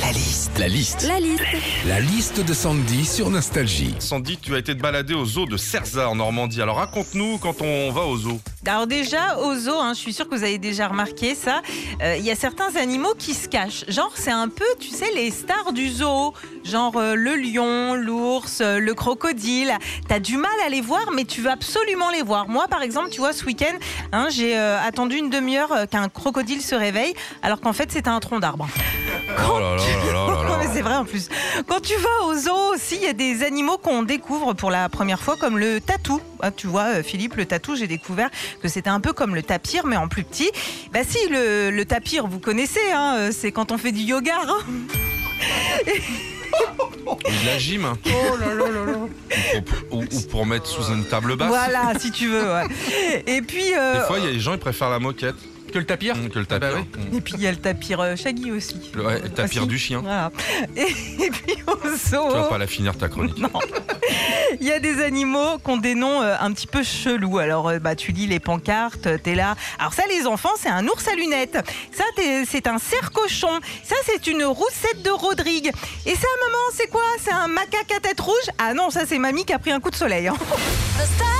La liste. La liste. La liste. La liste de Sandy sur Nostalgie. Sandy, tu as été te balader au zoo de Cerza en Normandie. Alors raconte-nous quand on va au zoo. Alors déjà, aux zoos, hein, je suis sûre que vous avez déjà remarqué ça, euh, il y a certains animaux qui se cachent. Genre, c'est un peu, tu sais, les stars du zoo. Genre euh, le lion, l'ours, euh, le crocodile. T'as du mal à les voir, mais tu vas absolument les voir. Moi, par exemple, tu vois, ce week-end, hein, j'ai euh, attendu une demi-heure euh, qu'un crocodile se réveille, alors qu'en fait, c'était un tronc d'arbre. Oh là là là là là là. Non, mais c'est vrai en plus. Quand tu vas au zoo aussi, il y a des animaux qu'on découvre pour la première fois, comme le tatou. Ah, tu vois, euh, Philippe, le tatou, j'ai découvert que c'était un peu comme le tapir, mais en plus petit. Bah si, le, le tapir, vous connaissez, hein, euh, c'est quand on fait du yoga. hein. Ou de la gym. hein. Ou pour- Ou, ou pour mettre sous une table basse. Voilà, si tu veux. ouais. Et puis... euh, Bah, Des fois, il y a des gens, ils préfèrent la moquette Que le tapir hum, que le tapir. Ah bah Hum. Et puis il y a le tapir euh, Shaggy aussi. Le- ouais, le tapir Aussi. du chien. Voilà. Et, et puis au Tu vas zoo, pas la finir ta chronique. il y a des animaux qu'on des noms euh, un petit peu chelous. Alors euh, bah, tu lis les pancartes, euh, t'es là. Alors ça les enfants, c'est un ours à lunettes. Ça t'es- c'est un cerf-cochon. Ça c'est une roussette de Rodrigue. Et ça maman, c'est quoi C'est un macaque à tête rouge Ah non, ça c'est mamie qui a pris un coup de soleil. hein. Nostalgie.